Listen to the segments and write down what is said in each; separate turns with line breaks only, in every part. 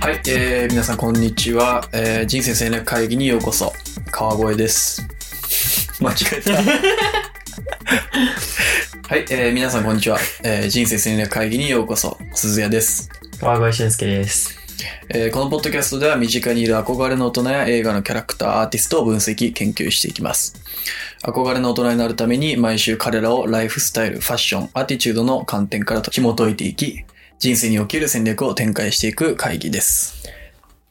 はい、えー、皆さんこんにちは、えー、人生戦略会議にようこそ川越です 間違えた はい、えー、皆さんこんにちは、えー、人生戦略会議にようこそ鈴谷です、
川越俊介です。
えー、このポッドキャストでは身近にいる憧れの大人や映画のキャラクターアーティストを分析研究していきます憧れの大人になるために毎週彼らをライフスタイルファッションアティチュードの観点から紐解いていき人生における戦略を展開していく会議です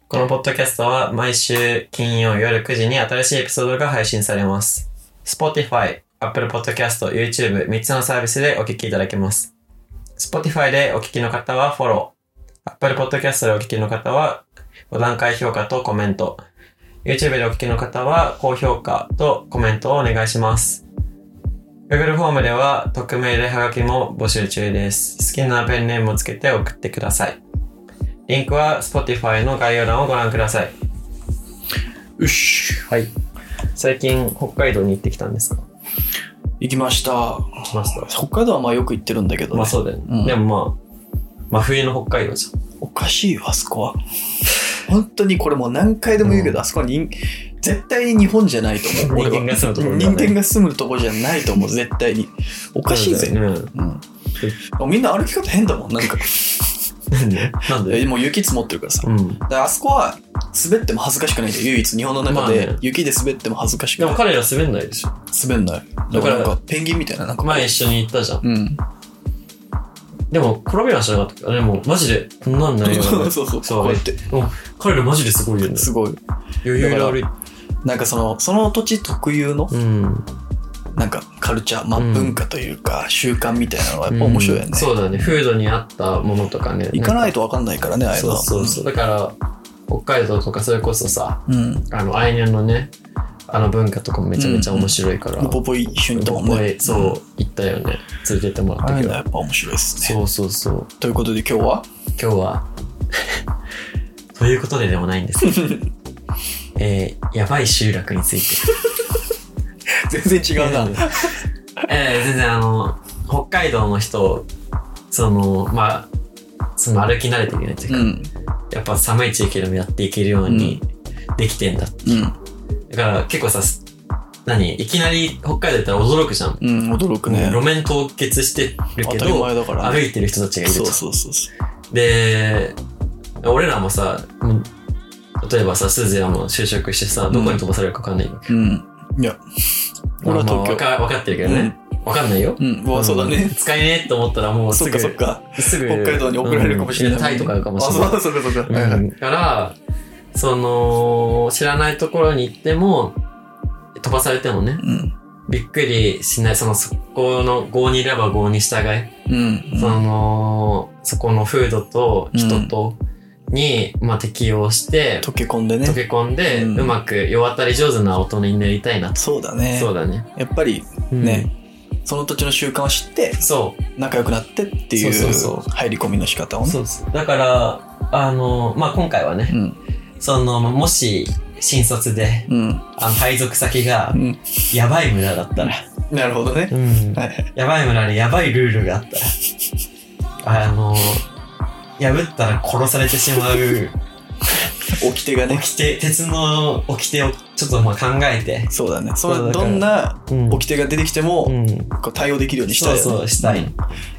このポッドキャストは毎週金曜夜9時に新しいエピソードが配信されます。Spotify、Apple Podcast、YouTube、3つのサービスでお聞きいただけます。Spotify でお聞きの方はフォロー。Apple Podcast でお聞きの方は5段階評価とコメント。YouTube でお聞きの方は高評価とコメントをお願いします。Google フォームでは匿名でハガキも募集中です。好きなペンネームをつけて送ってください。リンクは Spotify の概要欄をご覧ください。
よし
はい。最近、北海道に行ってきたんですか
行きました
来ました。
北海道はまあよく行ってるんだけど、ね
まあそうだよね。
うん
でもまあ、真冬の北海道じ
おかしいよあそこは本当にこれもう何回でも言うけど、
うん
あそこは人絶対に日本じゃないと
ゃん。
思う俺
人
は
間が住むところ
人間が住むとこじゃないと思う絶対にお
お
かしいぜ、
うん。
うん、みんな歩き方変だもんなんか
なんで なん
え
で
もう雪積もってるからさ
うん。
だからあそこは滑っても恥ずかしくないんだよ唯一日本の中
まあ
で
ね
雪で滑っても恥ずかしく
で
な
も
い
彼ら滑んないでしょ。
滑んないだからなんかペンギンみたいななんか
前一緒に行ったじゃん。
うん
でも、転びはしなかったからね。もう、マジで、こんなんないよ。
そうそうそう
そう
こうやって
彼らマジですごいよね。
すごい
余裕で歩いて。
なんかそのその土地特有の
うん。
なんかカルチャー、まあ、
うん
文化というか習慣みたいなのはやっぱ面白いよね、
うんそうだね。風土に合ったものとかね。
行かない
と。
と分かんないからねああいうの
そう
は
そうそう。だから、北海道とかそれこそさ、
うん
あの、アイニャンのね、あの文化とかもめちゃめちゃ面白いから。
ポポイ一緒に行ったもん
ポポ
ね
イそう、行ったよね。連れてってもらっ
ああ
た
い
け
うの
ど
は。やっぱ面白いですね
そうそうそう。
ということで今日は
今日は、 ということででもないんです けど。えー、やばい集落について。
全然違うな
えー、全然あの、北海道の人、その、まあ、その歩き慣れていないという
う
か、
ん
やっぱ寒い地域でもやっていけるようにできてんだ。
うん
だから結構さ、す何いきなり北海道行ったら驚くじゃん。
うん驚くね
路面凍結してる
当
け
たり
ど
前だから
歩
ね
いてる人たちがいる
そ
と
うそうそうそ
で俺らもさもう例えばさすずやも就職してさどこに飛ばされるか分かんないよ、
ううんいや俺は
まあ
東京
わか分かってるけどね、分かんないよ、
うんうわそうだね
ん使えねえと思ったらもうす
そっか
ぐ
そっか
すぐ
北海道に送られるかもしれない
うんタイとかかもしれ
あ
ない
そうそうそうそうかはいは
う
い
んだからその知らないところに行っても飛ばされてもね
うん
びっくりしないそのそこの郷にいれば郷に従い
うん
その、そこの風土と人とに、まあ、適応して、
溶け込んで
溶
ね
け込んで、
うん
うまく世渡り上手な大人になりたいなと。
そうだね
そうだね。
やっぱり
うん
ねその土地の習慣を知って
そう。
仲良くなってっていう
そうそうそ
入り込みの仕方をね
そうそう。だから、あの、まあ、今回はね、
うん
その、まあもし、新卒で、
うん
あの、配属先が
う、ん
やばい村だったら、
なるほどね
うん
はいはい
やばい村にやばいルールがあったら、あの、破ったら殺されてしまう
掟がね
掟鉄の掟をちょっとまあ考えて、
そうだねそ
そう
れ
だか
ど
ら
んな
うん
掟が出てきて
う
も
ん、
こう対応できるようにしたいよね
そうそうしたい
う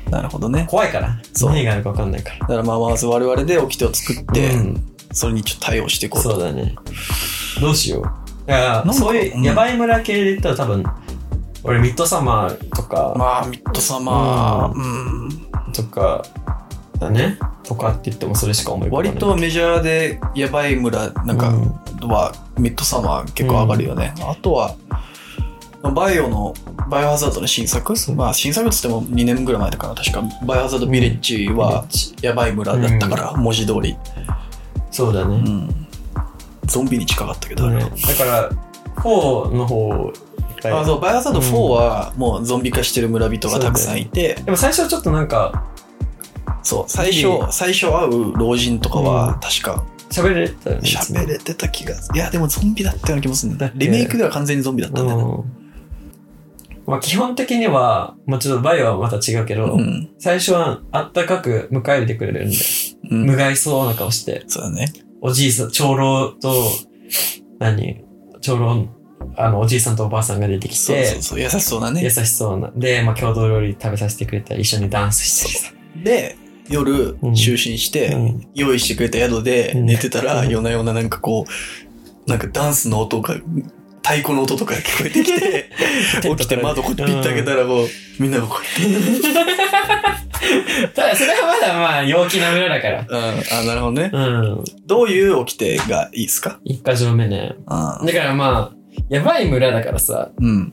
んなるほどね
怖いから
そう
何があるか分かんないから
だからまあまず我々で掟を作って
うん
それにちょっと対応していこう
そう
と
だねどうしようだか
なんから
そういううんヤバい村系で言ったら多分俺ミッドサマーとか
まあミッド様うん
とかだねとかって言ってもそれしか思い浮かばな
割
い
とメジャーでやばい村なんかはミッドサマー結構上がるよねあとはバイオのバイオハザードの新作まあ新作っつっても2年ぐらい前だから確かバイオハザードビレッジはやばい村だったから文字通り
そうだね
うんゾンビに近かったけどあれ
ねだから4の方
あそうバイオハザード4はもうゾンビ化してる村人がたくさんいて
でも最初はちょっとなんか
そう最
う
初最初会う老人とか
う
は
ん
確か
喋れたよね
喋れてた気がいやでもゾンビだったような気もするん
だ
だ
って
リメイクでは完全にゾンビだったんだよね
うんまあ、基本的には、まあ、ちょっとバイオはまた違うけど、
うん
最初はあったかく迎え入れてくれるんで、
うん
無害そうな顔して、
そうだね。
おじいさん、長老と、何長老、あの、おじいさんとおばあさんが出てき
そう
て
そう、そう。優しそうな
優
ね。
しそうな。で、まあ、郷土料理食べさせてくれたり、一緒にダンスした
で、夜、
うん
就寝して、
りさ。うん
用意してくれた宿で
うん
寝てたら、
うん
夜な夜ななんかこう、なんかダンスの音が、太鼓の音とかが聞こえてき て、起きて窓こうやってピッて開けたらこう、みんながこうやって、
ただ、それはまだまあ、陽気な村だから。
うん、あ、なるほどね。
うん。
どういう起きてがいいですか
一箇条目ね。
あ
だからまあ、やばい村だからさ、
うん。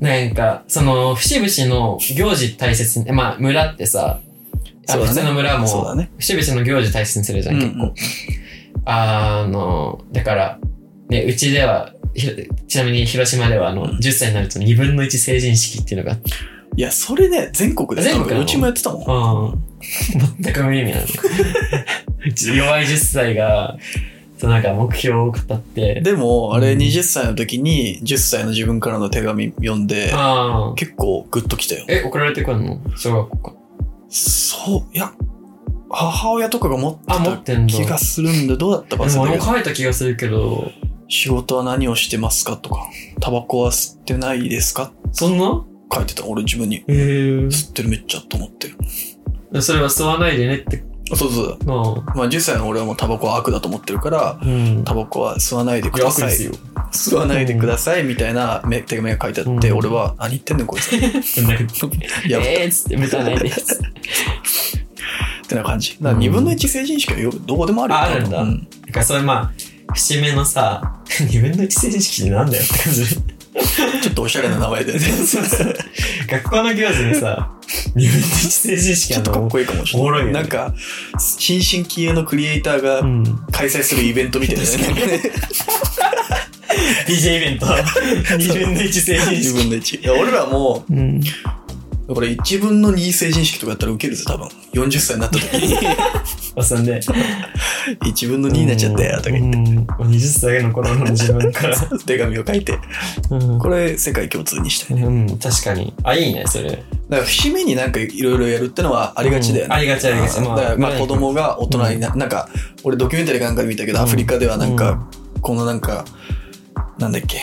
なんか、その、節々の行事大切に、まあ、村ってさ、あ普通の村も、
そうだね。
節々の行事大切にするじゃん、結構。
うんうん
あの、だから、ね、うちでは、ひちなみに広島ではあの、
うん
10歳になると2分の1成人式っていうのがあって、
いや、それね、全国で。
全国なの
うちもやってたもん。
うん。全く無意味なの。弱い10歳が、そうなんか目標を語って、
でも、あれ
うん
20歳の時に、10歳の自分からの手紙読んで、
ああ。
結構グッときたよ。
え、送られてくるの小学校か。
そう、いや、母親とかが持って
あ、持
た
ってんだ。
気がするんで、どうだったか
でも
忘れ
俺
た
も
けど、
書いた気がするけど、
仕事は何をしてますかとか、タバコは吸ってないですか
そんな
書いてた、俺自分に。
へえ
吸ってるめっちゃと思ってる。
それは吸わないでねって
あそうそう。
の。
まあ10歳の俺はもうタバコは悪だと思ってるから、
うん。
タバコは吸わないでください。
よ。
吸わないでくださいみたいなめ手紙が書いてあって、
うん
俺は、何言ってんのこい つ。やばっ
えーっつって、無駄ない です。
てな感じ。だから2分の1成人式はよどこでもあるよ
ああるんだ
う
なんかそれまあ、節目のさ、2分の1成人式ってなんだよって感じ。
ちょっとおしゃれな名前で ね。
学校の行事にさ、2分の1成人式
ちょ
あ
っ
る
とかっ
の。
こいいかもしれ
おも
な
ろい
い。
よね
なんか、新進気鋭のクリエイターが
うん。
開催するイベントみたいなね。
DJ イベン ト。2分の1成人
自
式。
分の1。いや、俺らも
うん。
う、だから1分の2成人式とかやったらウケるぜ、多分。40歳になった 時に、
おっさんで。
1分の2になっちゃったよ、とか言って。
うん20歳の頃の自分から。
手紙を書いて、
うん
これ世界共通にしたい。
うん、確かに。あ、いいね、それ。
だから節目になんかいろいろやるってのはありがちだよね。
うんありがちありがち
うん
まあ
だからまあ
ね
子供が大人にな、なんか、俺ドキュメンタリーかなんかで見たけど、
うん
アフリカではなんか、このなんか、なんだっけ。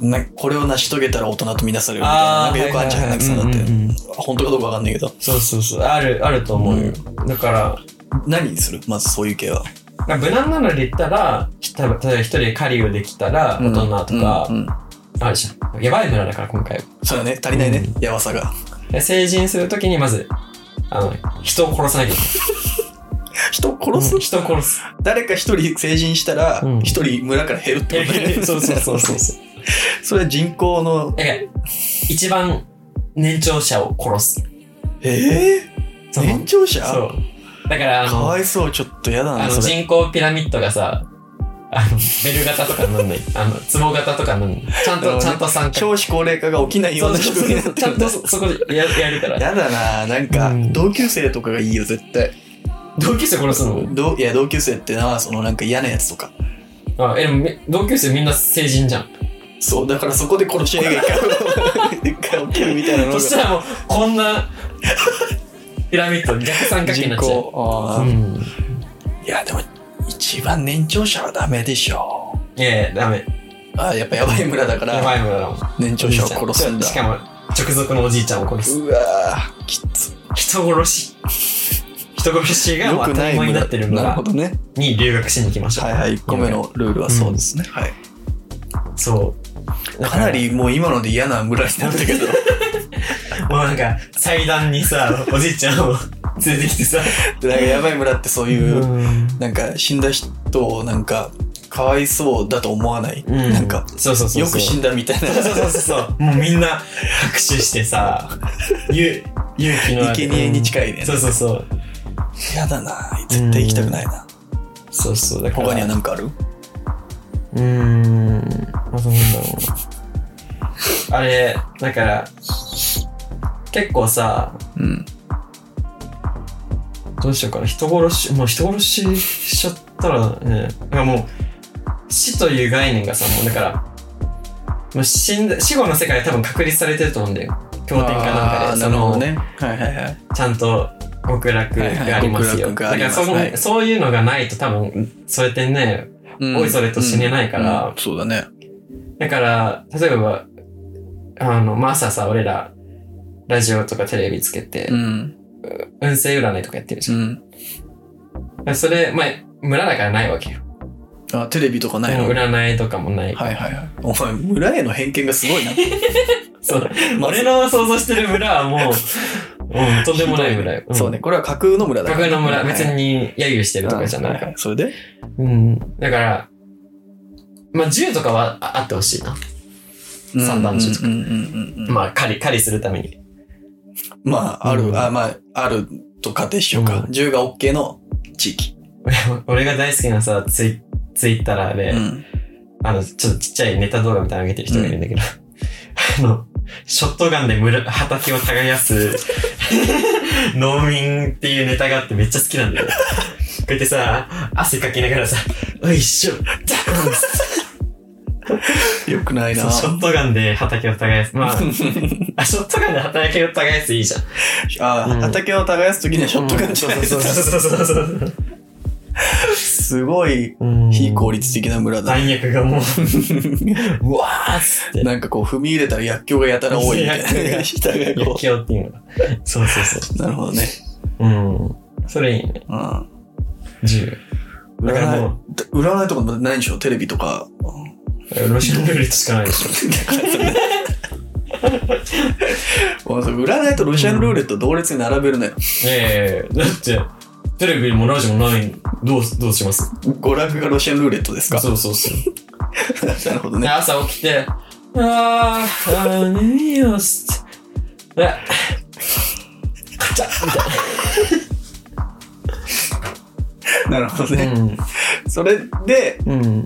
なこれを成し遂げたら大人とみなされるみたいな、なん
ー
かよくあるじゃん、なんかそうなって、
うんうんうん
本当かどうかわかんないけど、
そうそうそう。ある、あると思うよ。だから、
何にするまずそういう系は。
なんか無難なので言ったら、ひた例えば一人狩りをできたら大人とか、
うんうんうん
あるじゃん。やばい村だから、今回。
そうだね、足りないね、やばさが。
で成人するときに、まず、あの、人を殺さなきゃいけない。
人を殺す、
うん人を殺す。
誰か一人成人したら
うん、
一人村から減るってことね。
そうそうそう そう。そう。
それは人口の、
だから、一番年長者を殺す。
え
そ
ー、
の
年長者
そう。だから、あ
か
の
わ、いそう、ちょっと嫌だ
あ
な、
の
それ。
人口ピラミッドがさ、あの、ベル型とかになん ない。あの、壺型とかになんない。ちゃん
なるほど
と、
ね
ちゃんと参加。
少子高齢化が起きないよう
そう
な
そ
仕
うそう
組みになって
ちゃ
る
ん
んだ
とそそこでややるから。
やだななんか、
うん
同級生とかがいいよ、絶対。
同級生殺すの
どういや、同級生ってな、そのなんか嫌なやつとか。
あ、え、でもみ同級生みんな成人じゃん。
そう、だからそ こで殺し合いが一回起きるみたいなのが
そしたらもう、こんな、ピラミッド逆三角形にな
人
っちゃう。
口。あ
う
ー
ん。
いや、でも、一番年長者はダメでしょ。
いやいや、ダメ。
あーやっぱやばい村だか
やば
ら、
いもんだもん。
年長者を殺すんだ
し。かも、直属のおじいちゃんを殺す。
うわーきつ。
人殺し。人殺しが
よ
もう
く
当た
ない
り前にな
村
ってる
なる
村
ほどね。
に留学しに行きましょう。
はいはい、1個目のルールはそうですね。はい。
そう。
かなりもう今ので嫌な村になったけど、
だから。もうなんか、祭壇にさ、おじいちゃんを 連れてきてさ。
なんかやばい村ってそう
う
いう、
ん。
なんか死んだ人をなんかかわいそうだと思わない、なんか、
そうそうそうそう。
よく死んだみたいな
そうそうそうそう。もうみんな拍手し てさ、ゆ、勇気のある。
生贄に近いね
うんそうそうそう。
嫌だな絶対行きたくないな
そうそう。だから。
他には何かある
うーん。あとなんだろう。あれ、だから、結構さ、
うん
どうしようかな。人殺し、もう人殺ししちゃったらね、なんかもう、死という概念がさ、もうだから、もう死んだ、死後の世界は多分確立されてると思うんだよ。経典かなんか
あ
で、
ー
そ
なるほ
の、
どねはいはいはい
ちゃんと極楽がありますよ。
はいはい極楽があります
だからその
はい
そういうのがないと多分、そうやってね、
うん
おいそれと死ねないから
うんうんそうだね。
だから、例えば、あの、まあ、朝さ、俺ら、ラジオとかテレビつけて
う、ん。
運勢占いとかやってるじ
う
ゃん。
ん。
だからそれ、まあ、村だからないわけよ。
あ、テレビとかないの
もう占いとかもない。
はいはいはい。お前、村への偏見がすごいな。
そう。
まず
俺の想像してる村 はもう、うん、とんでもない村よ。ん
そうね。。これは架空の村だ
架
から
空の村、別
はい
に揶揄してるとかじゃないか
は
ら。
いそれで
うん。だから、まあ、銃とかはああってほしいな。三段地とか
うんうんうんうんうん
まあ、狩り、狩りするために。
まあ、あ
うん
る、あ、まあ、あると仮定しようか
う。
銃が OK の地域。
俺が大好きなさ、ツイツイッターで、
うん。
あの、ちょっとちっちゃいネタ動画みたいなの上げてる人がいるんだけど、 あの、ショットガンで村畑を耕す 農民っていうネタがあってめっちゃ好きなんだよ。こうやってさ、汗かきながらさ、おいしょ、ダーン
よくないな。
ショットガンで畑を耕す。まあ、あショットガンで畑を耕すいいじゃん。
あ
うん
畑を耕すときにはショットガンじゃないです
そうそうそうそうそう。
すごい、
うん
非効率的な村だ。
弾薬が もう、うわーっつって。
なんかこう、踏み入れたら薬莢がやたら多いみたいな。下が
薬
こ
莢っていうのが。そうそうそう
なるほどね。。
うん。それいいね。
うん。
銃。だから
占い
も、
占いとかもないんでしょテレビと か。
ロシアンルーレットしかないでしょ。
もうそれ占いとロシアンルーレット同列に並べるね。
ええだって、テレビもラジオもない、どう、どうします
娯楽がロシアンルーレットですか
そうそうそう。
なるほど
で、
ね。
朝起きて、あー、あー、眠いよ、つって。あ、カチャッみたい
なるほどね。
な。
それで、
うん。うん。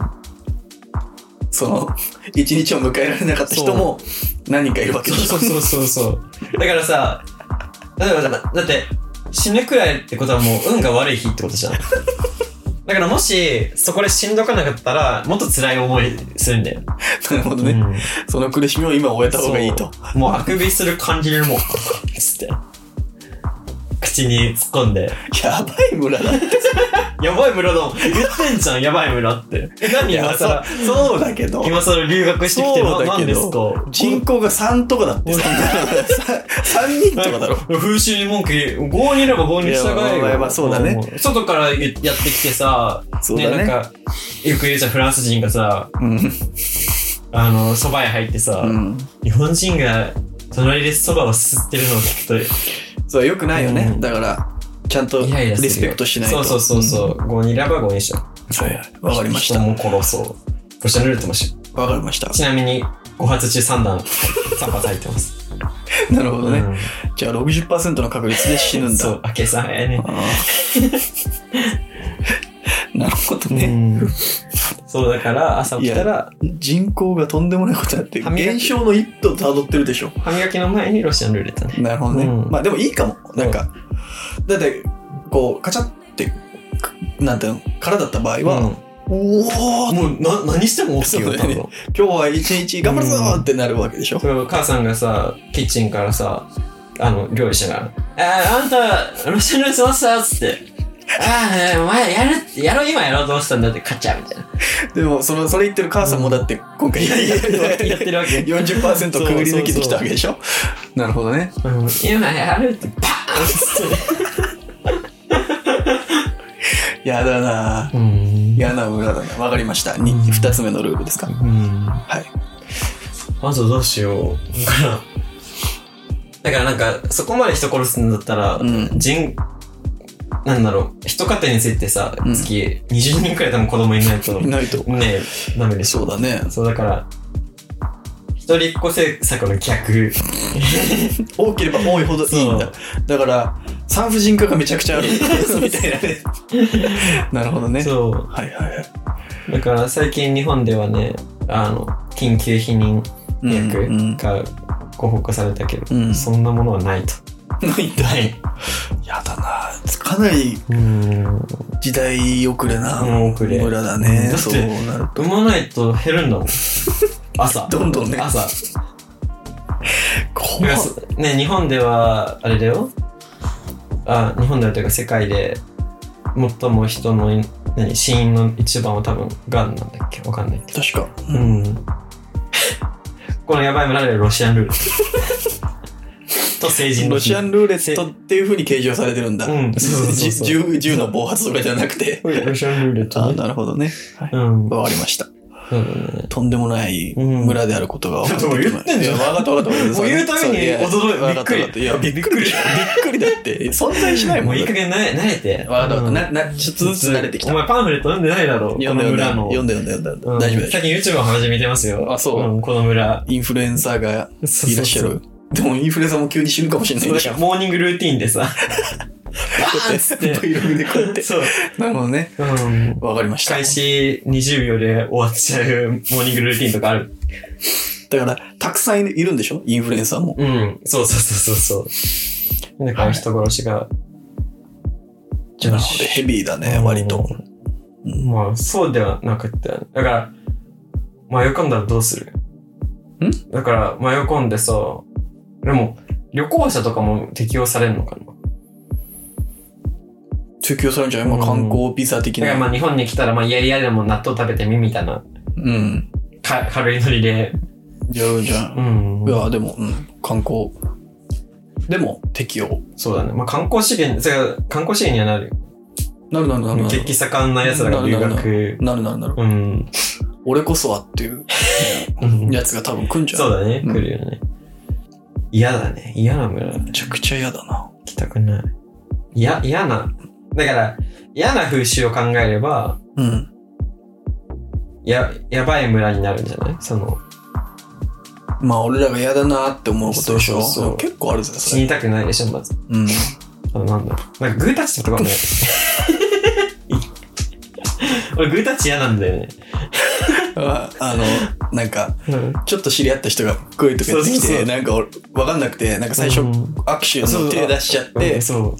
その、 一日を迎えられなかった人も何人かいるわけでし
そ
ょ
うそうそうそう。だからさ、例えばだだって、死ぬくらいってことはもう運が悪い日ってことじゃん。だからもし、そこでしんどくなかったら、もっと辛い思いするんだよ。
なるほどね。
うん
その苦しみを今終えた方がいいと。
もうあくびする感じでもう、つって。口に突っ込んで。
やばい村だ。
やばい村だもん。言ってんじゃん、やばい村って。え、何
い
今
や、そ
さ
う、そうだけ ど。
今さら留学してきて、
そう
な
だ
なん
け
です
ど
か
人口が3とかだって。3 人とかだろ。
風習に文句言う。合にいれば合に従
いや
え
まあまあ
よ。
まあそうだね
ん。外からやってきてさ、
そうだね
なんか、よく言うじゃん、フランス人がさ、
うん。
あの、蕎麦屋入ってさ、
うん。
日本人が隣で蕎麦をすすってるのを聞くと、
そう、よくないよね。
うん
だから、ちゃんと
イライ
リ
ラするよ
スペクトしないと。
そうそうそうそう。合にいれば合にしよう。
うん。はいはい。わかりまし
人
た。
も殺そう。ロシアンルーレットもし。
わかりました。
ちなみに、5発中3弾、3発入ってます。
なるほどね。
うん
じゃあ60%の確率で死ぬん
そ
だ
う。、明けさえね。
あー なるほどね。
うんそうだから、朝起きたら、
人口がとんでもないことやってる、
歯磨 き
減少の一途をたどってるでしょ。
歯磨きの前にロシアンルーレットね。
なるほどね。
うん
まあでもいいかも。なんか、だって、こう、カチャって、かなんていうの、空だった場合は、おお
うんもう、な、何しても OK
そう
よ、
だ
多
よね
分。
今日は一日頑張るぞーってなるわけでしょ。
それを母さんがさ、キッチンからさ、あの、料理しながら、あー、あんた、ロシアンルーレットどうしたっつって。ああ、お前、やる、やろう、今やろう、どうしたんだって、カチャみ たいな。
でも、その、それ言ってる母さんもだって、今回、いやいや
やってるわけ。
40%くぐり抜けてきたわけでしょなるほどね。
うん今やるって、パーンっつって。
やだなぁ
うん
嫌な裏だな。わかりました。に
うん
二つ目のルールですか
うん。
はい。
あとどうしよう。だから、だからなんか、そこまで人殺すんだったら、
うん
人、なんだろう、一家庭についてさ、
うん
月20人くらい多分子供いないと、
い
ね
ないと。
え、ダメでしょ。
そうだね。
そうだから、一人っ子政策の逆。
多ければ多いほどいいんだ。だから、産婦人科がめちゃくちゃある みたいなね。なるほどね。
そ
はいはいはい。
う。だから最近日本ではね、あの、緊急避妊
うんうん
薬がご報告されたけど、
うん
そんなものはないと。
ないんだ。
い。
やだなぁかなり
うん。
時代遅れな
うん遅れ
村だね。
だって
そうなる
産まないと減るん だもん。朝。
どんどんね
朝。
怖
だから
っ
そね、日本では、あれだよ。あ日本であるというか世界で最も人のい何死因の一番は多分がんなんだっけわかんないけど
確か。
うんこのやばい村でロシア ンルールと成人
ロ
の日
シアンルーレットっていう風に計上されてるんだ。
うんそうそうそう
じ
そう
銃銃の暴発とかじゃなくて。
ロシアンルーレッ
あ
ト
あ、
ね
なるほどね。
うん
わかりました。
そうだね
とんでもない村であること が分か
うん
きました
ちょっともう言ってんじゃん
いや わかったわかったわかった。
もう言うために
そういや
驚い
わかったわかったいや、びっくり。びっくりだ って。存在しない
も
も。
うんいい加
わ
減なれ慣れ
か
て
ったわか
う
った。
ん
な、な、ちょっとずつ慣れてきた。
お前パンフレット読んでないだろ
読んだ
この
読んだ読
村の
んだ読んだ読んだ。大丈夫大
うん
丈
最近 YouTube の話見てますよ
あそうん
この村
夫。インフルエンサーが
いらっし
いらっしゃる。でもインフルエンサーも急に死ぬかもしれないで
そうだ
し
か
ょ
ら。モーニングルーティンでさバーンっつっ
って、
て
Vlog でこうやって。
そう、
なるほどね。
うん、
わかりました。
開始20秒で終わっちゃうモーニングルーティンとかある
だから、たくさんいるいるんでしょインフルエンサーも。
うんそうそうそうそうそうだから人殺しが、
なるほど。ヘビーだね、
うん
割と。うん
まあそうではなくてだから迷い込んだらどうする
ん
だから迷い込んでさでも旅行者とかも適用されるのかな
追求されるんじゃないまあ
うん
観光ビザ的
だから
な。
まあ日本に来たらまあいやいやでも納豆食べてみみたいな
うん。
か軽いノリで
やるんじゃん。
うん
いや、でも、うん、観光。でも、適用。
そうだねまあ観光資源それが観光資源にはなるよ
なるなるなるな
血気
る。
盛んな奴らが留学
なるなるなる。
うん、
俺こそはっていう
うん
やつが多分来んじゃん。
そうだね、
うん
来るよね嫌だね嫌な村だね
めちゃくちゃ嫌だな。
行きたくないいや嫌なだから嫌な風習を考えれば
うん。
ややばい村になるんじゃないその
まあ、俺らが嫌だなって思うことでしょ。
そうそうそう
結構あるぜ、そ
死
れ。
にたくないでしょまず
うん。
あのなんだろうなんかグータッチと かも俺グータッチ嫌なんだよね、
ああの、なんか、
うん、
ちょっと知り合った人が来るとか言ってき
そうそうそ
て、
う
なんか俺、わかんなくて、なんか最初、
うん
握手の手出しちゃっ
う
て
ん、そう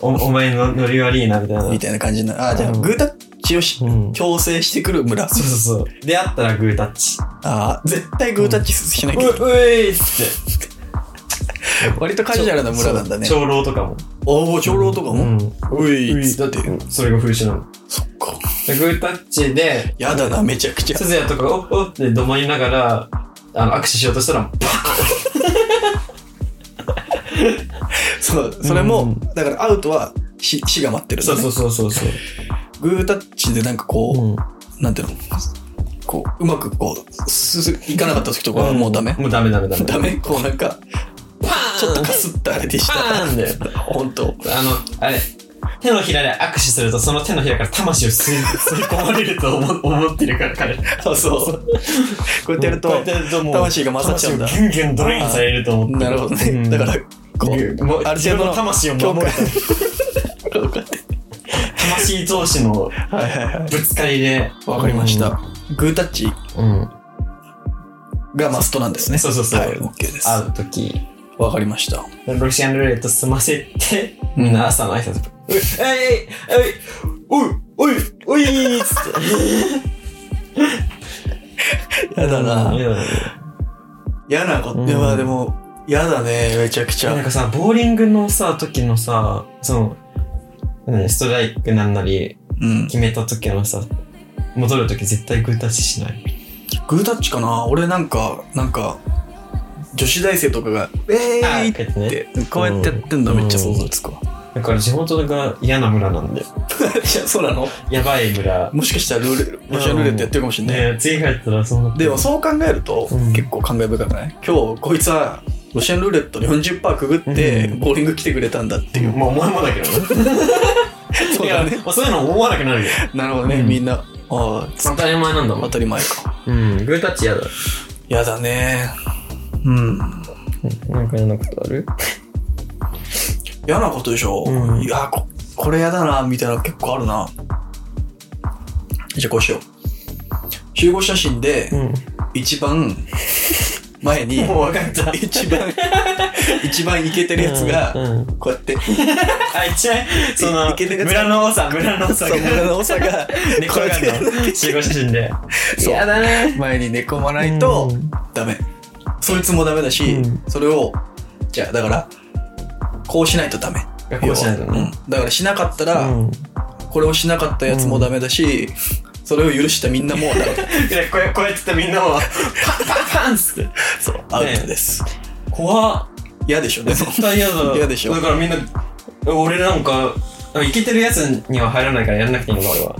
おお前のノリ悪いなみたいな
みたいな感じになる。あ、じゃあ、
うん
グータッチをし
うん
強制してくる村。
そうそうそう出会ったらグータッチ
あー絶対グータッチしな
う
きゃいけない。
うえいっつって
割とカジュアルな村なんだね。
長老とかも
おお、長老とか
う
も、
ん
うい
うん
っつ
だ
っ
って
て。
それが風習なの
そっか。
でグータッチで
やだな、めちゃくちゃ。
鈴也とかがおっおっってどまりながらあの握手しようとしたらバ
そう、それも、
うん
だからアウトは死死が待ってるんだ
そう
ね、
そうそうそうそう、
グータッチでなんかこう、
うん、
なんていうのこう、うまくこう、すす、いかなかった時とかはもうダメ、
もうダメダメダメ
ダメこうなんか、
パーン
ちょっとかすったあれでした
パーンだよ
ら、本当
あのあれ手のひらで握手するとその手のひらから魂を吸い 吸い込まれると思思ってるから彼
そうそう。こうやってやると、
こうやってやるともう
魂が勝っちゃうんだ
魂をギュンギュンドレインされると思ってる
なるほどね。
うん
だから、こ、
いうやもう
ある程度の
魂を守る
境界
魂同士の
はいはいは
ぶつかりで
い。わかりました。グータッチ
うん
がマストなんですね。
そうそうそう
はい、OK です。
会う時
わかりました。
ロシアンルーレット済ませてみんな朝の挨拶「うえいえいおいおいおい」っつって
やだな。
うん
嫌なこと、
うん
でもでも嫌だねめちゃくちゃ
なんかさボーリングのさ時のさそのうんストライクなんなり
うん
決めた時のさ戻る時絶対グータッチしない
グータッチかな俺なんかなんか女子大生とかが「え
あ
ーい!」
ー
っ
こうやってね
てこうやってやってんの
うん
めっちゃ想像つくわ
だから地元が嫌な村なんだよ
いやそうなの
やばい村
もしかしたらルーレロシアンルーレットやってるかもしれない、
ね次帰ったらそんな
でもそう考えると、
うん
結構感慨深くない今日こいつはロシアンルーレットに40%くぐって、
うん
ボーリング来てくれたんだっていう、
まあお前もだけどね
そう
い
だ
や
ね
まあそういうの思わなくなるよ
なるほどね、
うん
みんなああ
当たり前なんだ
当たり前か
うんグータッチ嫌だ
嫌だねうん
なんか嫌なことある
嫌なことでしょ、
うん
いやここれ嫌だなみたいな結構あるなじゃあこうしよう集合写真で
ん
一番前に
もう分かった
一 番一番イケてるやつが
うん
こうやって
あ一応ねそ
い
の
いけてるやつ
村の多さ村の多さ
そう村の長が
寝転
こうや
が
っ
るの集合写真で
そう
嫌だね
て前に寝込まないと
うん
ダメそいつもダメだし、
うん
それをじゃあだからこうしないとダメ
学校しないと
う
ね
ん。だからしなかったら、
うん
これをしなかったやつもダメだし、それを許したみんなもダメだ
いやこうやこうやっててみんなもパンパンパンっつって
そうアウトです
怖っ
嫌でしょでも
絶対嫌だ
嫌でしょ
だからみんな俺なんか生きてるやつには入らないからやんなくていいのか俺は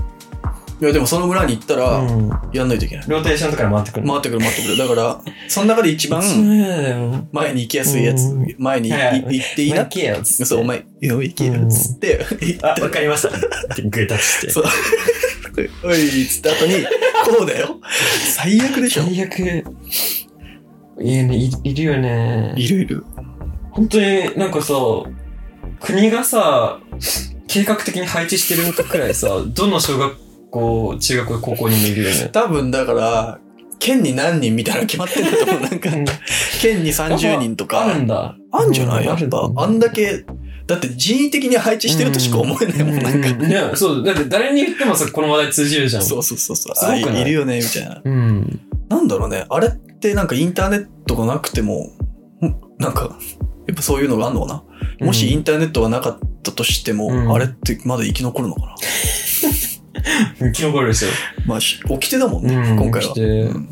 い
やでもその村に行ったら、
うん
やんないといけない
ローテーションとかで回ってくる
回ってくる回ってくるだから その中で一番
一番嫌だよ
前に行きやすいやつ、
うん
前にい
はい
行っていいな
行けよっつって
そうお前よ行けよっつって、 行っ
あ
て
わかりましたって グータッチして
そうおいっつった後にこうだよ最悪でしょ
最悪いやねいいるよね
いるいる
本当になんかさ、国がさ、計画的に配置してるくら いさ、どの小学校、中学校、高校にもいるよね。
多分だから県に何人みたいなの決まってると思うなんか県に30人とか
あるんだ。
あんじゃない
うん
やっぱ。あ
ある
んだけ、だって人為的に配置してるとしか思えないもん、なんか。
うね、そう、だって誰に言ってもさ、この話題通じるじゃん。
そうそうそうそう。
すごく
あ
ない
いるよね、みたいな。
うん。
なんだろうね。あれってなんかインターネットがなくても、んなんか、やっぱそういうのがあんのかな。もしインターネットがなかったとしても、
うん
あれってまだ生き残るのかな。
生き残るでしょ。
まあ、し起きてだもんね、
うん
今回は
起き。て
うん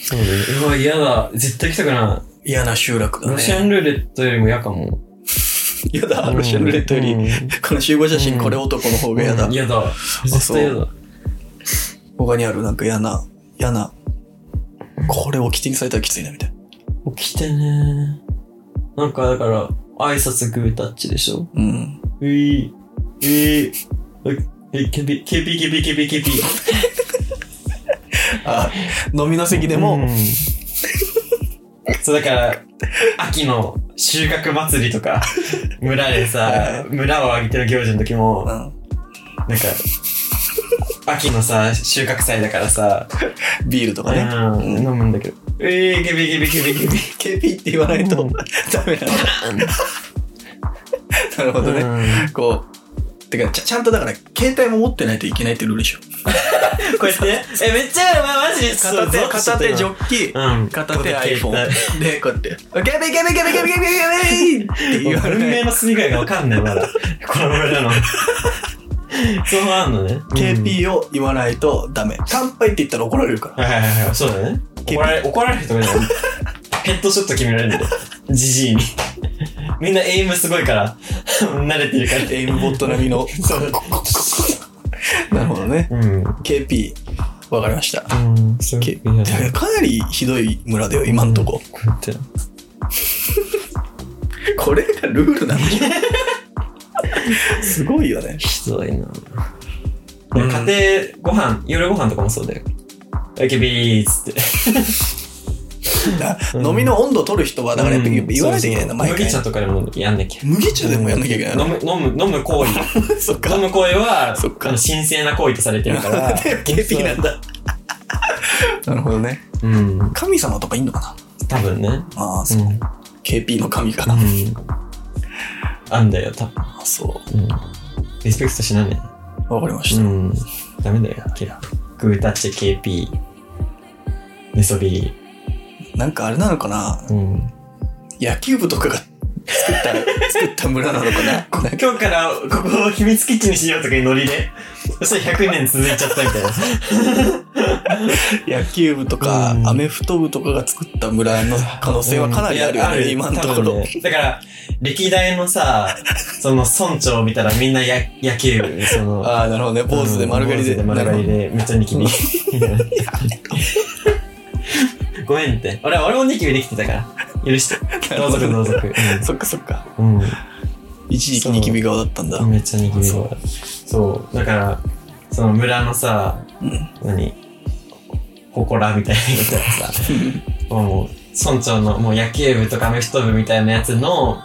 そうだよ。うわ、嫌だ。絶対来たくな
嫌な集落
い。
だ
ロシア
ね。
ンルーレットよりも嫌かも。
嫌だ、ロシアンルーレットより。
うん
この集合写真、
うん
これ男の方が嫌だ
うん。嫌だ。絶対嫌だ。
他にあるなんか嫌な、嫌な。これを起きてにされたらきついな、みたいな。
起きてねなんかだから、挨拶グータッチでしょ
うん。
うい、うい、え、ケピ、ケピケピケピケピ。
あ 飲みの席でも、
うん、そうだから、秋の収穫祭りとか、村でさ、村を挙げてる行事の時も、
う
なん
ん
か、秋のさ、収穫祭だからさ、
ビールとか
う
ね。
ん、飲むんだけど、うい、ケピケピケピケピ。
KP って言わないと、
うん
ダメなんだ。 なるほどね。こう。てかちゃ、ちゃんとだから、携帯も持ってないといけないってルールでしょ。
こうやって、え、めっちゃ、ま、マジで
片手、片手ジョッキ、
うん。
片手
携帯
iPhone。で、こうやって、ゲビゲビゲビゲビゲビゲビって言わ
運
れ
命
る。
の住み替えがわかんない、まだ。この 村の。そうあんのね。うん
KP を言わないとダメ。乾杯って言ったら怒られるから。
はいはいはいはい、そうだね。
KP
怒られ、怒られる人がいない。ヘッドショット決められるんだよ。じじいに。みんなエイムすごいから。 慣れてるから。
エイムボット並みの。なるほどね。
うん。
KP、わかりました。
うん、すご
けかなりひどい村だよ、今んとこ。
こうやって。
これがルールなんだよすごいよね。
ひどいな。
うん
家庭ご飯、夜ご飯とかもそうだよ。あけびーっつって。
だ
うん
飲みの温度取る人は、だからやっぱ言わないといけないんだ、
うんそ
毎
うそう麦茶
回。
とかでもやんなきゃ。
麦茶でもやんなきゃいけないの。
飲む、飲む、飲む行為。
そっか
飲。む行為は、
そっか
あの神聖な行為とされてる から。
KP なんだ。なるほどね。
うん。
神様とかいんのかな
多分ね。
ああ、
う
そう。
ん。
KP の神か
う
な。
ん。あんだよ、多分。
あそう。
うん。リスペクトしなね。
わかりまし
う
た。
ん。ダメだよ、キラ。グータッチ KP。寝そび。
なんかあれなのかな
うん。
野球部とかが作 った、作った村なのかななんか
今日からここを秘密基地にしようとかいうノリで。そしたら100年続いちゃった みたいな。
野球部とか
う、ん
アメフト部とかが作った村の可能性はかなりあるよ
うんい
ね、
や
今のと
多
こ
分
ろ。
ねだから、歴代のさ、その村長を見たらみんなや野球、その、
ああ、なるほどね。坊主で丸刈りで。
うん坊主で丸刈り
なる
で、めっちゃニキビ。 ごめんって。俺、俺もニキビできてたから。許して。同族同族。
ほど そっかそっか。
うん。
一時期ニキビ顔だったんだ
う。ん。めっちゃニキビ
そ
そう。そう。だから、その村のさ、
うん
何ほこらみたいなやつがさ、もう、村長の、もう野球部とかアメフト部みたいなやつの、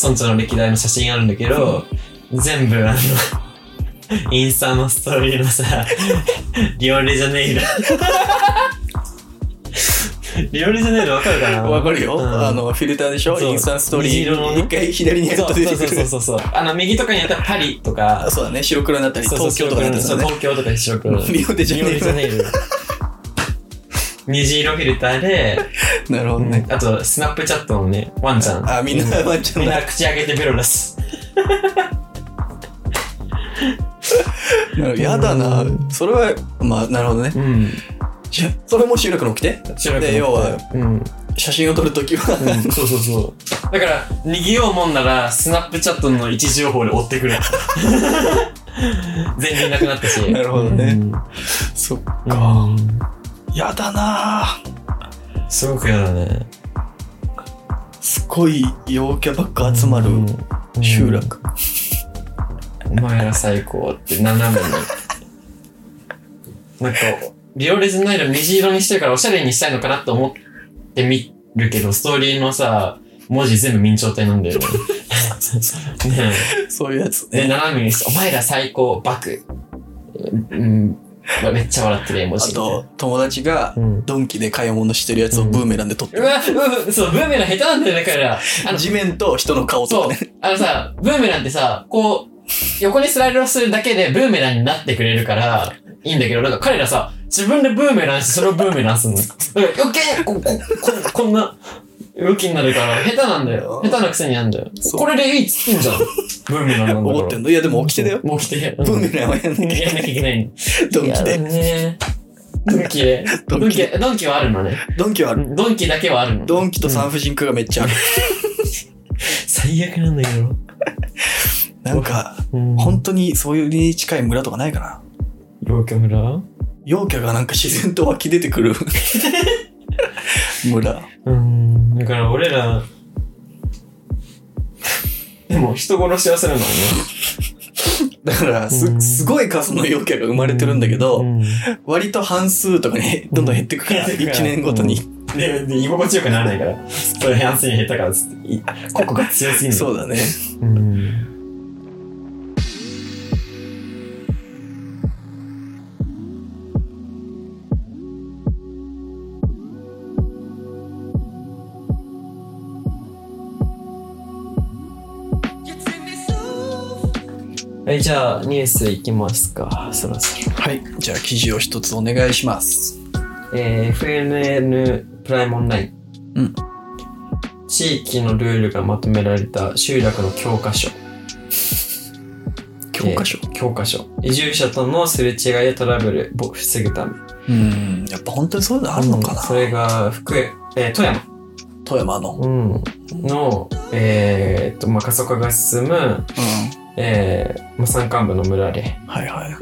村長の歴代の写真あるんだけど、全部あの、インスタのストーリーのさ、リオレジャネイロ。リオレジャネイロわかるかな
わかるよ。
うん
あの、フィルターでしょ
そう
インスタントストーリ
虹色の
ー。
ね
一回左にやる
そ
と
う
出
そ
てく
うそう
る。
そうそう。あの、右とかにあったらパリとか
あ、そうだね。白黒になったり、
そうそう
東京とかになった
そう
りね。
東京とかにしようか
リオデジャネイロ
リオデジャネイロ虹色フィルターで、
なるほどね。
あと、スナップチャットのね、ワンちゃん。
あ、みんな、ワンちゃん
みん
だ。
な口開けてベロ出す。
なるほどやだな。それは、まあ、なるほどね。
うん。
いやそれも収録の起きて。で、要は、、
うん。
写真を撮るときは、
そうそうそう。だから、逃げようもんなら、スナップチャットの位置情報で追ってくる。全然なくなったし。
なるほどね
うん
そっか。
うん
やだな。
すごく嫌だね。
すごい陽キャばっか集まる
うん
集。落。
うんお前ら最高って斜めに。なんか、リオレズの色虹色にしてるからおしゃれにしたいのかなと思ってみるけど、ストーリーのさ、文字全部明朝体なんだよね。ねえ
そういうやつ
で、
ね。
斜めにして、お前ら最高、バク。うん、まあめっちゃ笑ってる絵文
あ
字。
と、友達が
うん、
ドンキで買い物してるやつをブーメランで撮って
う
る。
わ、うん、そう、ブーメラン下手なんだよね、彼ら。あの、
地面と人の顔とか
そう
ね。、
あのさ、ブーメランってさ、こう、横にスライドするだけでブーメランになってくれるから、いいんだけど、なんか彼らさ、自分でブーメランして、それをブーメランすんの。だ から、余計こ、こ、ここんな、動きになるから、下手なんだ よ。下手なくせにやんだよ。
そう
これでいいっつってんじゃん。ブーメランなんだから。
怒ってんのいや、でも起きてだよ。
もう来て。
ブーメランはやんなきゃいけない
やんなきゃいけない。
ドンキ
いや
で。
ね。ドンキで。
ド
ド
ン
ン
キ
キ、ドンキはあるのね。
ドンキはある。
ドンキだけはあるの。
ドンキと産婦人科がめっちゃある。
最悪なんだけど。
なんか、
うん
本当にそういうに近い村とかないかな。
陽キャ村
陽キャがなんか自然と湧き出てくる村。
うん。だから俺ら、でも人殺しはするのね。
だから
う
す、
ん
すごい数の陽キャが生まれてるんだけ
う
ど、
ん
割と半数とかにどんどん減ってくから、
減ってく
1
から
年ごとに。
で、で居心地よくならないから。それ反省に減ったからっつって、い個々が強すぎる。
そうだね。
うん。はい、じゃあニュースいきますか、そろそろ。
はい。じゃあ、記事を一つお願いします。
えー FNN プライムオンライン、
うん
地域のルールがまとめられた集落の教科書
教科書。
教科書移住者とのすれ違いやトラブルを防ぐため
うん。やっぱ本当にそういうのあるのかな、
それが福江、えー富山、
富山の。
の、えーっとまあ、過疎化が進む、
う
えーまあ、山間部の村で
ん。はいはい。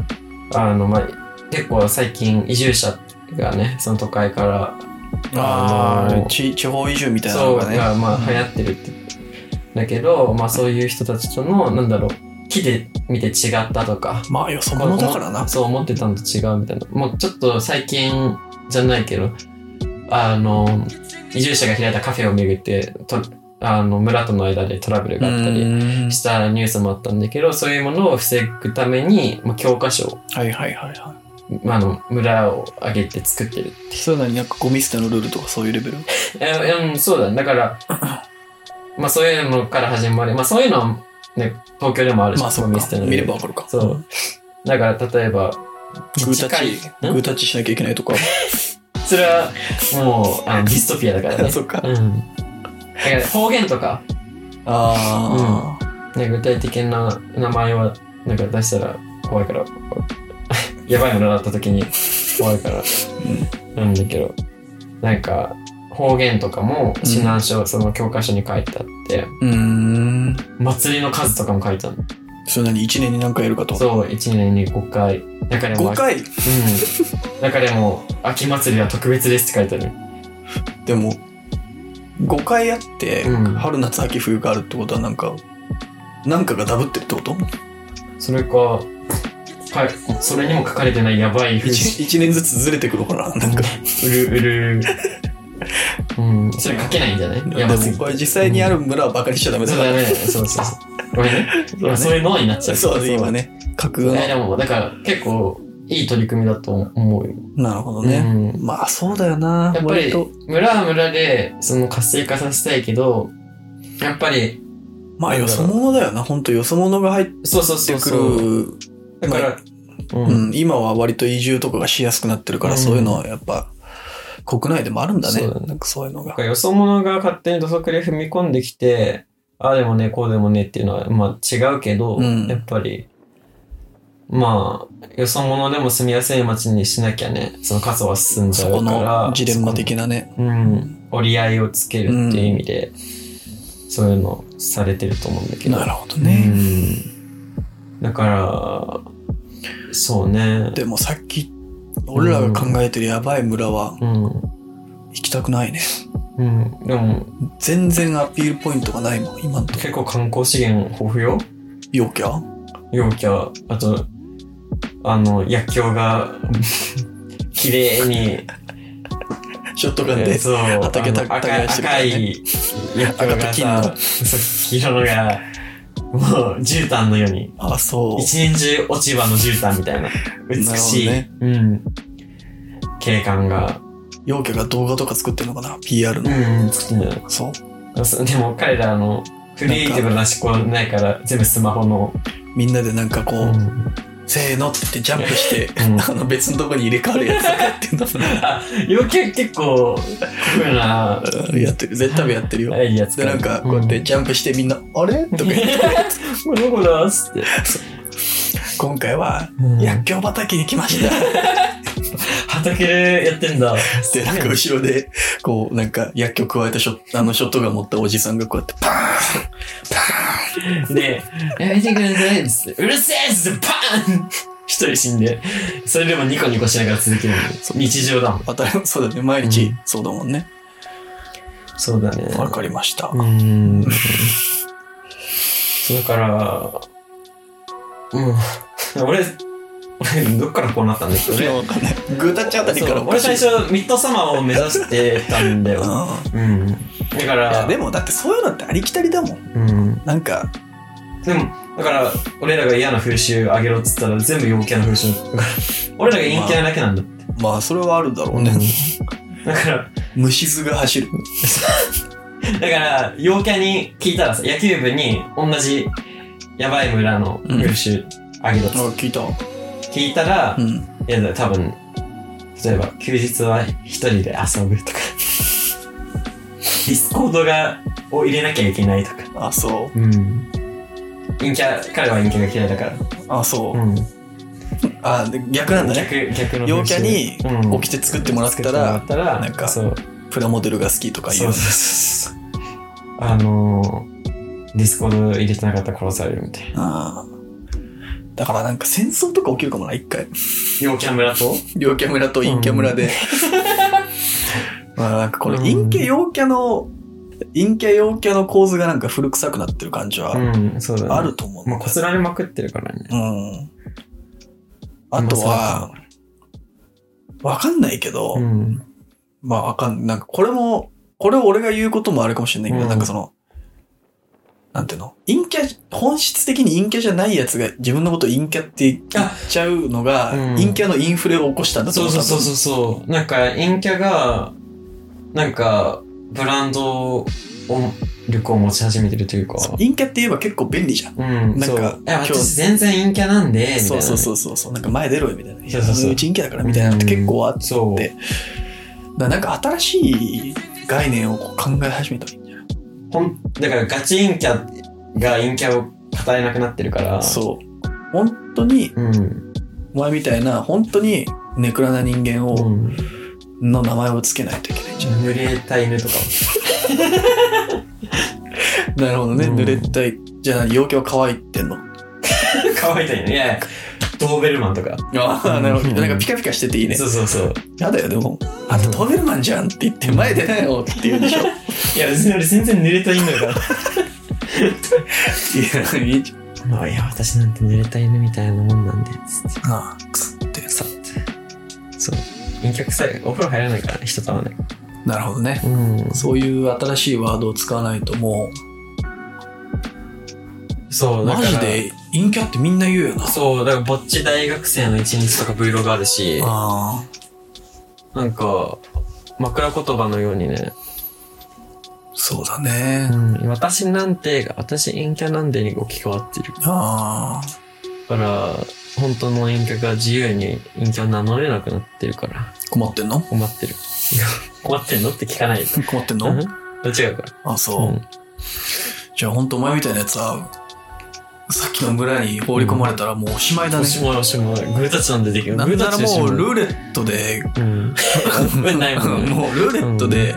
あの、まあ、結構最近移住者がねその都会から
あ
あ
あ
の、
ち地方移住みたいな
そ
の
う
がね。
がま
うん
あ流行ってるって、だけど、まあ、そういう人たちとのなんだろう木で見て違ったとか
まあ、よそ者だからな。
そう思ってたのと違うみたいなもうちょっと最近じゃないけどあの移住者が開いたカフェを巡ってとあの村との間でトラブルがあったり
うん
したニュースもあったんだけどそういうものを防ぐために、まあ、教科書を、
はいはいはいは
まあ、あの村を挙げて作ってる
い。そういうのになんかゴミ捨てのルールとかそういうレベル
えうん、そうだね。だから、まあそういうのから始まり、まあそういうのは、ね、東京でもあるし、
まあそっ
見せ
か。
てない
見ればわかるか。
そう。だから、例えば、
グータッチ、
う
グ
ん
ータッチしなきゃいけないとか。
それは、もう、あの、ディストピアだからね。
そっか。
うん。だから、方言とか、
ああ、
ね、具体的な名前は、なんか出したら怖いから、 やばいものだった時に怖いから、なんだけど、なんか、方言とかも、指南書、その教科書に書いてあって、
うーん。
祭りの数とかも書いてある
それなに一年に何回やるかと。
そう、1年に5回。中でも、
5回
うん。中でも、秋祭りは特別ですって書いてある。
でも、5回やって、
うん
春夏秋冬があるってことはなんか、なんかがダブってるってこと
それか、はい、それにも書かれてないやばい
1, 年ずつずれてくのかななんか。
うるうる。うん、それ書けないんじゃない
で
や
も
ばすぎて。
これ実際にある村はバカにしちゃダメだ
そう
か
だ
ら。
ね。そうそうそう。ごめんね。
だね
そういうのになっちゃう。
そうだね、今。ね。架空
えで
の。
も、だから結構いい取り組みだと思うよ。
なるほどね。
うん
まあそうだよな。
やっぱ
割
り
と。
村は村で、その活性化させたいけど、やっぱり、
まあよそ者だよな。ほんとよそ者が入っ
そうそうそ
て
う
く
そう。
る。
だから、う
うん、今は割と移住とかがしやすくなってるから、
うん
そういうのはやっぱ国内でもあるんだね。
そうだね
なんかそういうの
なん
が。
かよそ者が勝手に土足で踏み込んできて、ああでもね、こうでもねっていうのは、まあ違うけど、
うん
やっぱり、まあ、よそ者でも住みやすい街にしなきゃね、その活動は進んじゃ
そう
から
こ、のジレンマ的なね。
そこのうん、折り合いをつけるっていう意味で、そういうのされてると思うんだけど。
なるほどね。
うんだから、そうね。
でもさっき、俺らが考えてるやばい村は
うん。
行きたくないね。
うん。でも、
全然アピールポイントがないもん、今のとこ。
結構観光資源豊富よ。
陽キャ
陽キャ、あと、あの、薬 莢が、綺麗に、
ショットガンで。
そう、
畑
あの
耕
赤い
してるから
赤
ね
い薬莢が
赤
さ、
と
そう黄色のが、もう、絨毯のように、
あ、そう。
一年中落ち葉の絨毯みたいな、美しい、
なる
うん、景観が、
陽キャが動画とか作ってるのかな ?PR の。
うん、作ってんじゃない
そう。
そうでも彼らあのクリエイティブな思考ないから全部スマホの、
みんなでなんかこう、
うん
せーのって言ってジャンプして、
うん
あの別のとこに入れ替わるやつとかやってんだ
あ余計結構こういうな
うんやってる。絶対やってるよ。
アイディア使
で、
う
なんかこうやってジャンプしてみんな、あれとか言 って、
「うん、これどこだ?」っつって、
今回は
や
薬莢畑に来ました。
畑でやってんだ
で、なんか後ろで、こう、なんか薬莢加えたショッあのショットガン持ったおじさんがこうやってパーン
で「やめてください」っつって「うるせえ!」っつってパーン一人死んでそれでもニコニコしながら続ける
そう
日常だもん
当たりそうだね、毎日、
うん
そうだもんね。
そうだね
わかりました。
うーん。だから、うん。俺、俺どっからこうなったんだっけ
それ
俺
はわかんない。グータッチあたりから
そう俺最初、ミッドサマーを目指してたんだよ。
う
うん。だか
ん。いや、
ら、
でもだってそういうのってありきたりだもん。
うん。
なんか、
でも、だから、俺らが嫌な風習あげろっつったら、全部陽キャな風習。俺らが陰キャなだけなんだ。
まあそれはあるだろうね。
だから、
虫図が走る。
だから、陽キャに聞いたらさ、野球部に同じやばい村の風習あげろっつっ
あ、聞いた。う
て聞いたら、
ん。
いやだから多分例えば休日は一人で遊ぶとかディスコードがを入れなきゃいけないとか
あ、そう。
うん陰キャ彼は陰キャが嫌いだから、
あ、そう。
ん、
あ、で逆なんだね。
逆逆の
陽キャに
うん
起きて作ってもらった
作
ら
ってもらったら
なんか
そう
プラモデルが好きとか
そ
言う
うそうそうそうあのー、ディスコード入れてなかったら殺されるみたいな
あーだからなんか戦争とか起きるかもな一回
陽キャ村と
陽キャ村と陰キャ村で、 まあなんかこれ
うん
陰キャ陽キャの陰キャ陽キャの構図がなんか古臭くなってる感じは
うんそうだ、ね、
あると思う、
まあこすられまくってるからね
うんあとはわかんないけど、
うん
まあわかんなんかこれもこれを俺が言うこともあれかもしれないけど、
うん
なんかそのなんていうの陰キャ本質的に陰キャじゃないやつが自分のことを陰キャって言っちゃうのが、
うん
陰キャのインフレを起こしたんだと
そ
思
う
う
そうそうそうそう。なんか、陰キャが、なんか、ブランドを、力を持ち始めてるというか。
多分陰キャって言えば結構便利じゃん
うん、
なんか
そういや、
今日
私全然陰キャなんで、みたいな。
そうそうそうそうそうなんか前出ろよみたいな
そうそうそう
うち陰キャだからみたいなのって結構あっ
う
て
ん、そう。
でだからなんか新しい概念をこう考え始めたらいいんじゃない
ほん、だからガチ陰キャが陰キャを語れなくなってるから。
そう本当に
う。うん。
お前みたいな本当にネクラな人間を、
うん。
の名前をつけないといけないんじゃない
濡れた犬とか。
なるほどね。
うん
濡れたい。じゃあ、陽キャは乾いてんの。
可愛いた犬。いやいや、ドーベルマンとか。
あ
あなるほど
なんかピカピカしてていいね
そ。うそうそう。
やだよ、でも。あんたドーベルマンじゃんって言って、前出ないよって言うでしょ。い
いや、別に俺全然濡れた犬だから。
や、いいじ
まあいや、私なんて濡れた犬みたいなもんなんで、つって。
ゃん。ああ、くすってさ。
そう。陰キャ臭い。お風呂入らないから、人と会わない。
なるほどね。
うん
そういう新しいワードを使わないとも、
そうう、だ
マ
から。
ジで陰キャってみんな言うよな。
そう、だから、ぼっち大学生の一日とか Vlog あるし、
あ
なんか、枕言葉のように
あ、
ね、
そうだね。
うん、私なんてが、私陰キャなんでに置き換わってる。
ああ、
だから、本当の陰キャが自由に陰キャを名乗れなくなってるから、
困ってんの
困ってる。困ってんのって聞かない。
困ってん
うん
の
どっちがか。
あ、そう。
うん
じゃあ本当お前みたいなやつは、さっきの村に放り込まれたらもうおしまいだ
も
ね。
しもしも、グータッチなんでできる。グ
なん
ータ
な
ッ
ら
チでし
も
ょ
うルーレットで、
うん。危ないもん ね。
もうルーレットで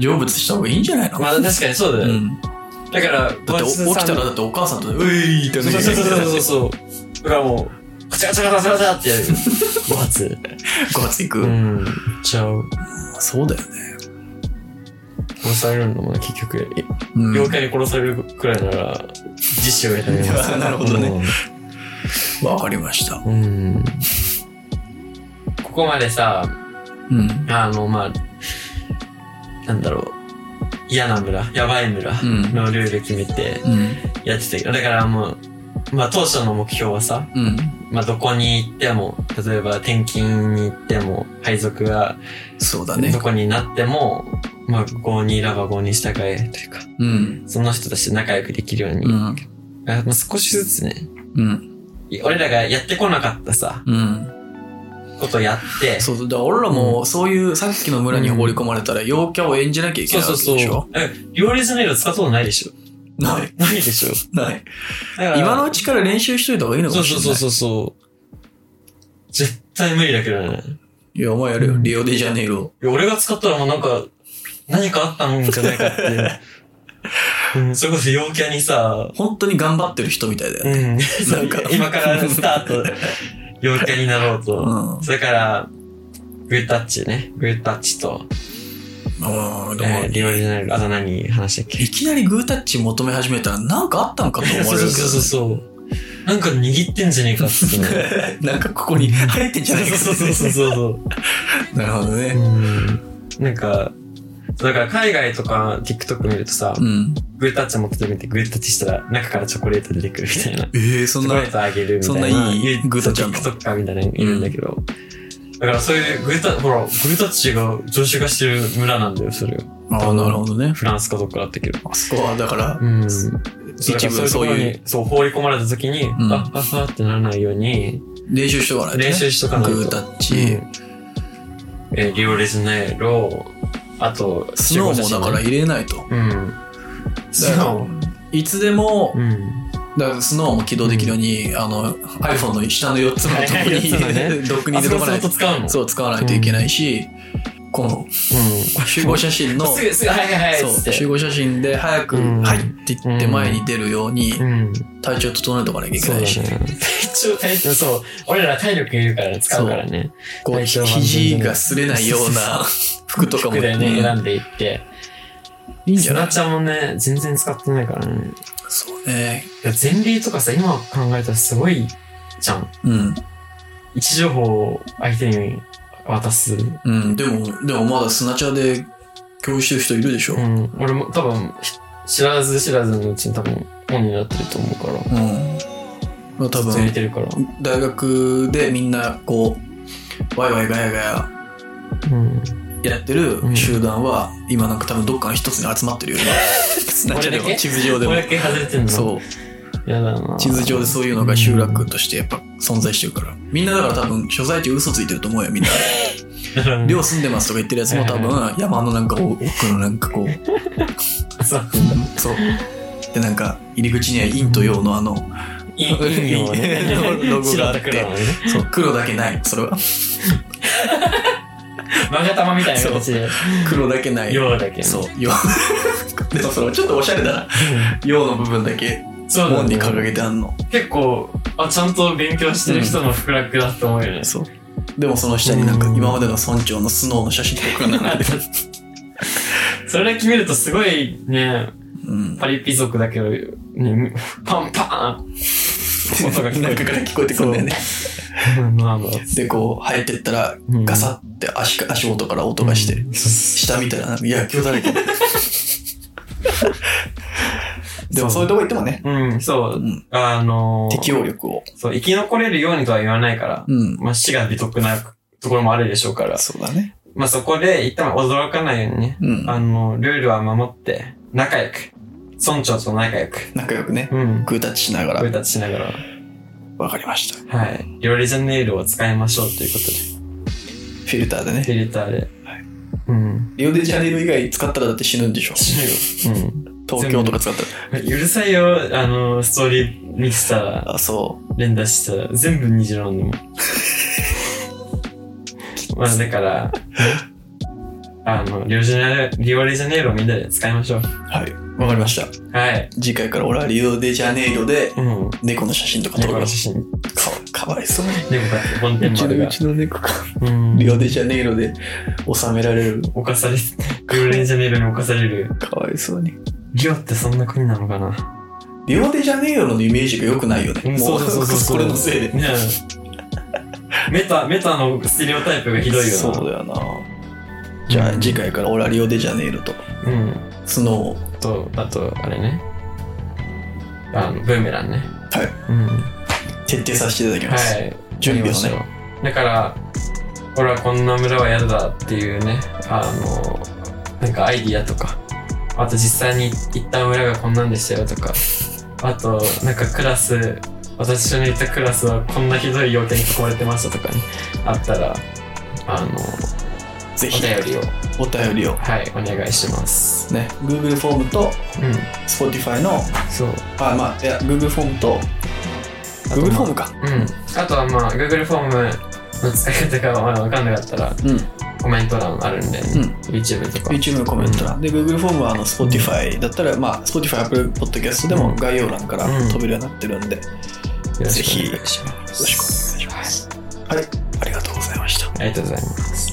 成仏した方がいいんじゃないの、
まあ確かにそうだ
う
よ。
ん、だ
だから、
って起きたらだってお母さんと「うい!」って
そうそうそうそうそう。だからもう、ガチャガチャガチャガチャってやる。5発。
5発いく、
うん。ちゃう。
そうだよね、
殺されるのも結局、
うん。
妖怪に殺されるくらいなら、実習をやめます
なるほどね。わかりました
うん。うん。ここまでさ、
うん
あの、まあ、なんだろう。嫌な村、やばい村
うん
のルール決めて
うん
やってたけど、だからもう、まあ当初の目標はさ、
うん
まあどこに行っても、例えば転勤に行っても、配属が
そうだ
ど
ね
こになっても、まあ52ラバ52従えというか、
うん
その人たちと仲良くできるように、
うん
あまあ少しずつね、
うん
俺らがやってこなかったさ、
うん
ことやって、
そうそうだから俺らもそういうさっきの村に放り込まれたら妖怪を演じなきゃいけ
そう
ないわ
そう
けでし
そ
ょ
う。え料理ジャネイロ使ったことないでしょ
ない
ないでしょ
ない
だから
今のうちから練習しといた方がいいのか
そ
も
う
しれ
そう
ない
そうそうそう。絶対無理だけどね。
いやお前やるよ
うん
リオデジャネイロ
いや俺が使ったらもうなんか、何かあったんじゃない かって。うん、それこそ陽キャにさ、
本当に頑張ってる人みたいだよ
う
ね
ん、
なん か
今からスタート、陽キャになろう
う
と。
ん
それから、グータッチね。グータッチと、
うんでも、
えー、リオデジャネイロ、あと何話したっけ
いきなりグータッチ求め始めたらなんかあったんかと思われる
そうそう
けど
そうそう。なんか握ってんじゃねえかっつってね。
なんかここに入ってんじゃないか
そうそうそうそうそう。
なるほどね
うんなんか、だから海外とか TikTok 見るとさ
う、ん
グータッチ持ってみてグータッチしたら中からチョコレート出てくるみたいな。
えー、そ
チ
ん
ョコ
な
レートあげるみたいな。
そんないいグータッチあんの
TikToker みたいなのいるんだけど。だからそういうグータッチ、ほら、グータッチが常習化してる村なんだよ、それ。
ああなるほどね
フランスかどっかだったけど。
あそこはだから
うん。
一部そういう
う。そう、放り込まれた時に、
ん
あ、あ、あってならないように、
練習しとかないと、ね、
練習しとかないと
グータッチ、
えーリオレジャネイロ、あと、
スノーもだから入れないと
うん。スノ
いつでも
ー。うん。
だからスノーも起動できるように、あの iPhone の下の4つのとこ
はい四つのね
にドックに入れとかない
と
と
使うの
そう使わないといけないし、この
うん。
集合写真 の
すぐ、すぐ、はいはいはい。
そう集
合。
合写真で早く
うん
入っていって前に出るように
うん。
体調整えとかなきゃいけ
そう
な
だ
いし、
ね。一応体調、そう。俺ら体力いるから使うからね。
こう
体調は
肘が擦れないよう な服とかも
服でね、
うん
選んでいって。
いいんじゃ
ス
な
ナ
い
ちゃんもね、全然使ってないからね。
そうね
いや前例とかさ、今考えたらすごいじゃん。
うん、
位置情報を相手に渡す。
うん、でもでもまだスナチャで教室してる人いるでしょ、う
うんん、俺も多分ひ知らず知らずのうちに多分オンになってると思うから
まあ、多
ずっと入れ
分
てるから、
大学でみんなこうワイワイガヤガヤ
うん、
やってる集団は、今なんか多分どっかの一つに集まってるよねスナチャで
こ
も
れだけ
地図上で
こ
も
れだけ外れてんの
そう
うやだな
地図上でそういうのが集落としてやっぱ存在してるからみんなだから多分所在地嘘ついてると思うよみんな
量
寮住んでますとか言ってるやつも多分山のなんか奥のなんかこう
さ
そうでなんか入り口には陰と陽のあの
いいいいよね
ロゴがあ
白
って
と黒なのね
そう黒だけないそれは
マガタマみたいな形で
黒だけない
用だけね
そう陽 でもそれちょっとおしゃれだな陽の部分だけ
うんそうだ
門に
ね
掲げてあんの
結構あちゃんと勉強してる人の福楽だって思うよね、
そうでもその下になんか今までの村長のスノーの写真とかが並んで る
それだけ見るとすごいね
うん
パリピ族だけど、ね、 パンパン音が聞こえ
中
て
から聞こえてくるんだよね
まあまあ
でこう入ってったら
うん
ガサッて足か足元から音がして、
うん
下見たらなんか野球だらけ でもそういうとこ行ってもね、
うん、そうう。
ん、
あのー
適応力を
そう、生き残れるようにとは言わないから、
うん
まあ、死が美徳なところもあるでしょうから、
そうだね
まあ、そこで一旦驚かないようにね、
うん
あの、ルールは守って、仲良く、村長と仲良く、
仲良くね
うん、
グータッチしなが
僕
ら
たちしながら、
わかりました
はい、料理ジャネイルを使いましょうということで、
フィルターでね
フィルターで、
リオデジャネイロ以外使ったらだって死ぬんでしょ
死ぬよ。うん。
東京とか使ったら。
うるさいよ、あの、ストーリー見てたら、
あ、そう。
連打してたら、全部虹色な んだもん。まあ、だから、あの、リオデジャネイロリオデジャネイロみんなで使いましょう。
はい。わかりました。
はい。
次回から俺はリオデジャネイロで
うん。
猫の写真とか撮
猫
る
の
か
写真。
かわいそうに。
猫が梵天丸が。
の猫が。
うん。
リオデジャネイロで収められる。
犯され、リオデジャネイロに犯される。
かわいそうに。
リオってそんな国なのかな
リオデジャネイロのイメージが良くないよね。もう、これのせいで。
ねえメタ、メタのステレオタイプがひどいよな。
そうだよな。じゃあ次回から俺はリオデジャネイロと
うん。
スノーを
と、あと、あれね。あの、ブーメランね。
はい。
うん。は
徹底させていただきます。
い。
準備をね。
やりましょうだから、俺はこんな村は嫌だっていうね、あの、なんかアイディアとか、あと実際に行った村がこんなんでしたよとか、あと、なんかクラス、私一緒に行ったクラスはこんなひどい要件に囲まれてましたとかね、あったら、あの、
ぜひ
お便りを、
お便りを。
はい、お願いします。
ね、Google フォームと
うん、
Spotify の、
そう。
あ、まあ、いや、Google フォームと、
あと
Google
まあ
フォームか。
うん。あとはまあ、Google フォームの使い方がまだ分かんなかったら、
うん。
コメント欄あるんで、
う
ね
ん。
YouTube とか。
YouTube のコメント欄、で Google フォームはあの Spotify だったら、まあ、Spotify、Apple Podcast でも概要欄から
うん
飛べるようになってるんで、よ
よろ
ぜ
しく
ひ
お願いします。
ろしくお願いします。はい、ありがとうございました。
はい、ありがとうございます。